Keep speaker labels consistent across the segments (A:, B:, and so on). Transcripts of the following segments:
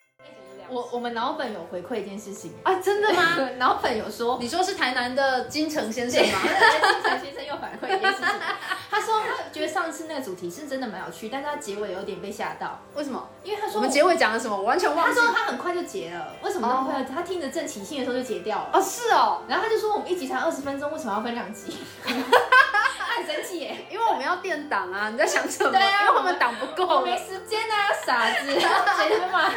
A: 样子。
B: 我哎我们脑粉有回馈一件事情，
C: 啊，真的吗？
B: 脑粉有说，
C: 你说是台南的金城先生吗？
B: 哎金城先生又反馈一件事情， 他说他觉得上次那个主题是真的蛮有趣，但是他结尾有点被吓到，
C: 为什么？
B: 因为他说
C: 我们结尾讲了什么？我完全忘
B: 他
C: 记。
B: 说他很快就结了，为什么那么快？他听着正起兴的时候就结掉了。
C: 哦，是哦，
B: 然后他就说我们一集才二十分钟，为什么要分两集？他很生气耶，
C: 因为我们要垫档啊，你在想什么？
B: 对啊
C: 因为我们档不
B: 我
C: 够
B: 没
C: 了。
B: 时间啊，傻 子，然后谁他妈？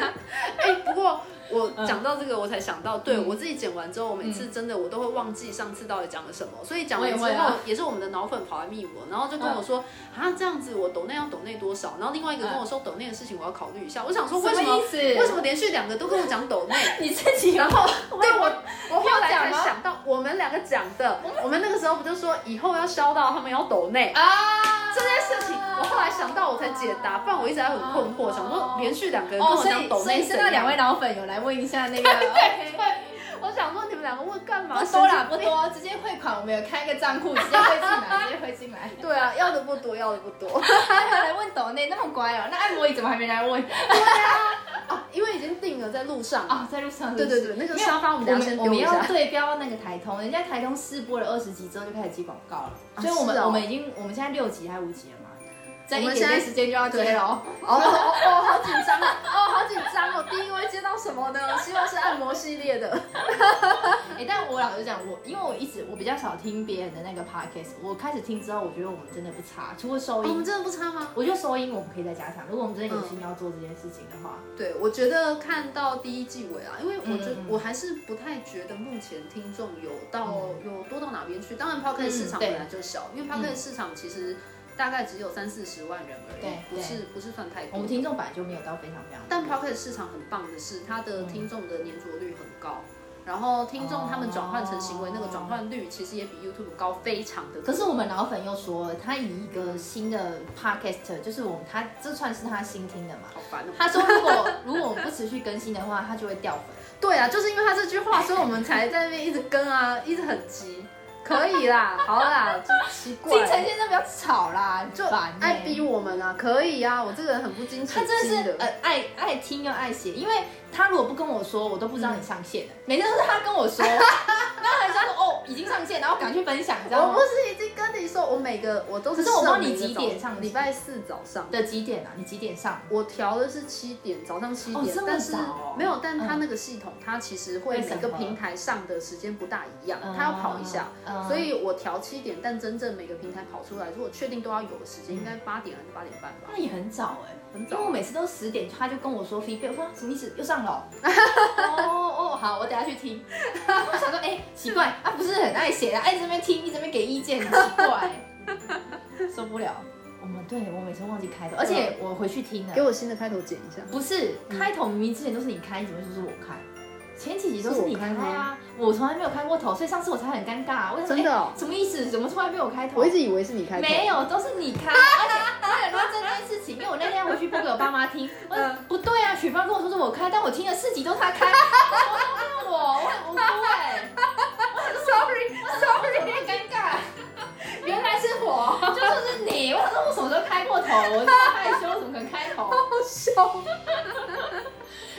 C: 哎、不过我
B: 嗯
C: 讲到这个，我才想到，对我自己剪完之后，我每次真的我都会忘记上次到底讲了什么，所以讲完之后
B: 我也会啊嗯
C: 也是我们的脑粉跑来密我，然后就跟我说啊这样子我抖内要抖内多少，然后另外一个跟我说抖内的事情我要考虑一下，我想说为什么
B: 意思？
C: 为什么连续两个都跟我讲抖内？
B: 你自己？
C: 然后
B: 我
C: 对
B: 也
C: 我，我后来
B: 要讲
C: 才
B: 吗
C: 想到，我们两个讲的，我们那个时候不就说以后要消到他们要抖内
B: 啊，
C: 这件事情，我后来想到我才解答，不然我一直还很困惑，
B: 哦
C: 想说连续两个人跟
B: 哦，
C: 我
B: 所
C: 讲
B: 以
C: 抖
B: 所
C: 内啊
B: 以
C: 是
B: 是
C: 怎样
B: 那两位，脑粉有来问一下 那个，对
C: 我想说你们两个问干嘛？
B: 不多啦，
C: 神
B: 不
C: 经病。
B: 多，直接汇款，我们有开一个账户，直接汇进来，直接汇进 来。
C: 对啊，要的不多，要的不多，
B: 还有来哎问抖内，那么乖哦，那按摩椅怎么还没来问？
C: 因为已经定了在路上。
B: 哦，在路上是
C: 对
B: 不是
C: 对对，那个
B: 没有
C: 沙啊发我们
B: 我
C: 等一下先
B: 们我
C: 丢
B: 们
C: 一
B: 要
C: 下。
B: 对标那个台通，人家台通试播了二十集之后就开始接广告了，
C: 啊
B: 所以我们、
C: 是哦
B: 我们已经我们现在六集还是五集了嘛，在
C: 我
B: 一
C: 们
B: 点
C: 现在
B: 点时间就要接了 哦。
C: 哦哦 哦，好紧张啊！哦，好紧张哦！第一位接到什么呢？希望是按摩系列的。
B: 哎、但我老实讲，我因为我一直我比较少听别人的那个 podcast，我开始听之后，我觉得我们真的不差，除了收
C: 哦我们
B: 音，
C: 真的不差吗？
B: 我觉得收音我们可以再加强。如果我们真的有心要做这件事情的话，
C: 对，我觉得看到第一季尾啊，因为我觉得
B: 嗯嗯
C: 我还是不太觉得目前听众有到、有多到哪边去。当然 p o c k e
B: 嗯
C: t 市场
B: 对嗯
C: 本来就小，因为 p o c k e t 市场其实大概只有三四十万人而
B: 对
C: 已，不是不是算太多。
B: 我们听众本来就没有到非常非常多，
C: 但 p o c k e t 市场很棒的是，它
B: 嗯
C: 的听众的粘着率很高。然后听众他们转换成行为，那个转换率其实也比 YouTube 高非常的多。
B: 哦可是我们老粉又说，他以一个新的 podcast，就是我们他这算是他新听的嘛。
C: 好烦哦。
B: 他说如 果如果我们不持续更新的话，他就会掉粉。
C: 对啊，就是因为他这句话，所以我们才在那边一直跟啊，一直很急。可以啦，好啦，就奇 怪。
B: 金城先生不要吵啦，
C: 就
B: 烦欸
C: 爱逼我们啊，可以啊，我这个人很不矜持，
B: 他真的是
C: 的
B: 呃爱爱听又爱写，因为他如果不跟我说，我都不知道你上线了。每次都是他跟我 说，然后还说哦已经上线，然后赶快去分享，你知道
C: 我
B: 吗
C: 不？是已经跟你说，我每个我都是
B: 可是我
C: 上
B: 问你
C: 每个
B: 几
C: 早
B: 点上
C: 礼拜四早上。
B: 的几点啊？你几点上？
C: 我调的是七点，早嗯上七点，
B: 哦这么
C: 但是
B: 早哦
C: 没有，但它那个系统，它其实会
B: 会
C: 每
B: 审
C: 个
B: 核
C: 平台上的时间不大一样，
B: 呃
C: 它要跑一下，
B: 嗯
C: 所以我调七点，但真正每个平台跑出来，如果确定都要有的时间，应该八点还是八点半吧，
B: 那也很早哎、
C: 很
B: 因为我
C: 早。啊
B: 每次都十点，他就跟我说 feedback，我说啊什么意思？又 上了哦？哦哦，好，我等下去听。我想说，哎、奇怪，啊，不是很爱写啊，哎，一直在那边听，一直在那边给意见，很奇 怪，受不了。我们对我每次忘记开头，而且我回去听了
C: 嗯给，我新的开头剪一下。
B: 不是
C: 嗯
B: 开头明明之前都是你开，怎么说是我开？前几集都
C: 是
B: 是
C: 我
B: 你开
C: 开
B: 啊
C: 吗，
B: 我从来没有开过头，所以上次我才很尴尬、啊，为什么？
C: 真的哦
B: 哎什么意思？怎么从来没有开头？
C: 我一直以为是你开头，
B: 没有，都是你开，而且我很认真这件事情，因为我那天回去播给我爸妈听，
C: 嗯
B: 我说不对啊，许芳跟我说是我开，但我听了四集都是他开，我说我，我很无辜哎、我 sorry sorry，很尴尬，原来是我，就说是你，我想说我什么时候开过头，我这么害 羞，怎么可能开头？
C: 好笑。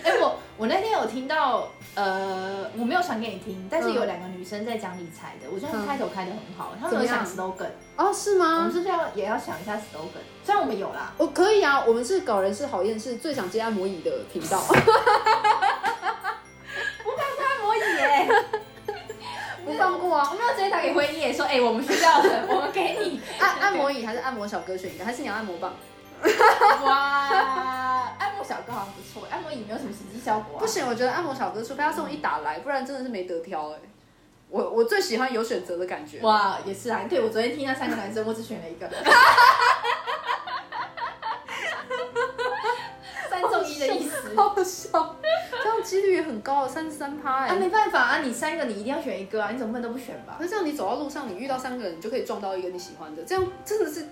B: 哎、我我那天有听到，呃，我没有传给你听，但是有两个女生在讲理财的，我觉得她们
C: 嗯
B: 开头开的很好，她
C: 怎
B: 们
C: 么
B: 有
C: 样
B: 想 slogan，
C: 哦，
B: 我
C: 是吗
B: 们？是不是要也要想一下 slogan？虽然我们有 啦。
C: 我可以啊，我们是搞人是好厌世，最想接按摩椅的频 道。
B: 按摩椅 耶，
C: 不放过啊！
B: 我没有直接打给辉夜说，哎、我们需要的，我们给你。
C: 按按摩椅还是按摩小哥选一个，还是你要按摩棒？
B: 哇， 按摩小哥好像不错，按摩椅没有什么实际效果、啊。
C: 不，行，我觉得按摩小哥，除非他送一打来，不然真的是没得挑哎、我我最喜欢有选择的感觉。
B: 哇，也是啊。对，我昨天听那三个男生，我只选了一 个。三中一的意思。
C: 好笑，这样几率也很高，三十三趴
B: 啊，
C: 哎。
B: 没办法啊，你三个你一定要选一个啊，你总不能都不选吧
C: 可？是这样你走到路上，你遇到三个人，你就可以撞到一个你喜欢的，这样真的是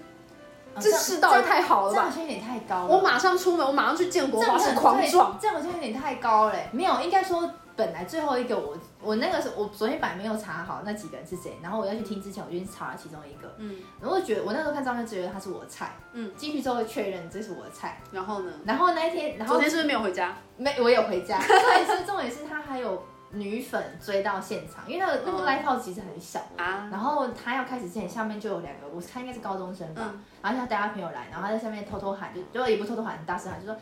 B: 啊
C: 这世道也太好了
B: 这样
C: 吧
B: 好！像有点太高了。
C: 我马上出门，我马上去建国
B: 这
C: 花
B: 样
C: 市
B: 很
C: 狂
B: 对
C: 撞。
B: 欸这样好像有点太高嘞。没有，应该说本来最后一个我我那个时候我昨天本来没有查好那几个人是谁，然后我要去听之前我就去查了其中一个，
C: 嗯
B: 然后我觉得我那时候看照片就觉得他是我的菜，
C: 嗯，
B: 进去之后会确认这是我的菜，
C: 然后呢？
B: 然后那一天，然后
C: 昨天是不是没有回家？
B: 没，我有回家。重点是，重点是他还有女粉追到现场，因为那个那个
C: 哦
B: live house 其实很小。
C: 啊，
B: 然后他要开始之前，下面就有两个，我猜应该是高中生吧，
C: 嗯
B: 然后他带他朋友来，然后他在下面偷偷喊，就就也不偷偷喊，很大声喊，就说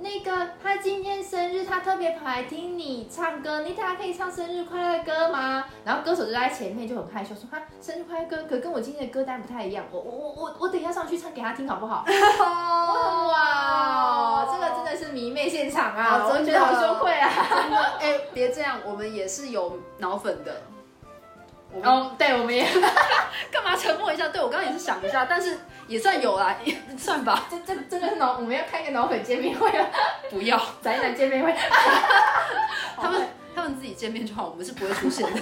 B: 那个他今天生日，他特别跑来听你唱歌，你等下可以唱生日快乐歌吗？然后歌手就在前面就很害羞说哈生日快乐歌，可跟我今天的歌单不太一样，我我我我我等一下上去唱给他听好不好？哇，这个真的是迷妹现场啊！
C: 哦
B: 我
C: 真
B: 觉
C: 的
B: 得好羞愧啊。
C: 真的，哎，别这样，我们也是有脑粉的。我们
B: 哦，对，我们也
C: 干嘛沉默一下？对我刚刚也是想一下，但是也算有啦，也算吧。
B: 这这真的是脑，我们要开个脑粉见面会了，
C: 不要，
B: 宅男见面会。
C: 他们他们自己见面就好，我们是不会出现的。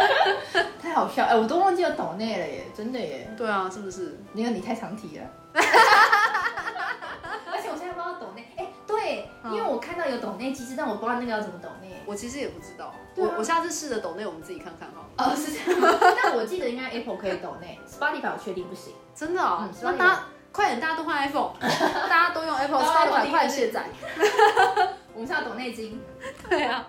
B: 太好笑，哎、我都忘记有抖内了耶，真的耶，
C: 对啊，是不是？
B: 那个你太常提了。 而且我现在不知道抖内，哎、对，因为我看到有抖内机制，但我不知道那个要怎么抖内。
C: 我其实也不知道，
B: 对啊
C: 我我下次试着抖内我们自己看看哈。
B: 哦，是这样吗， 但我记得应该 Apple 可以抖内，Spotify 我确定不行。
C: 真的、哦
B: 嗯
C: 那
B: 所以哦
C: 大家快点，大家都换 iPhone，大家都用 Apple，
B: 大家都
C: Spotify
B: 订阅
C: 快点卸载。
B: 我们是要抖内金，
C: 对啊，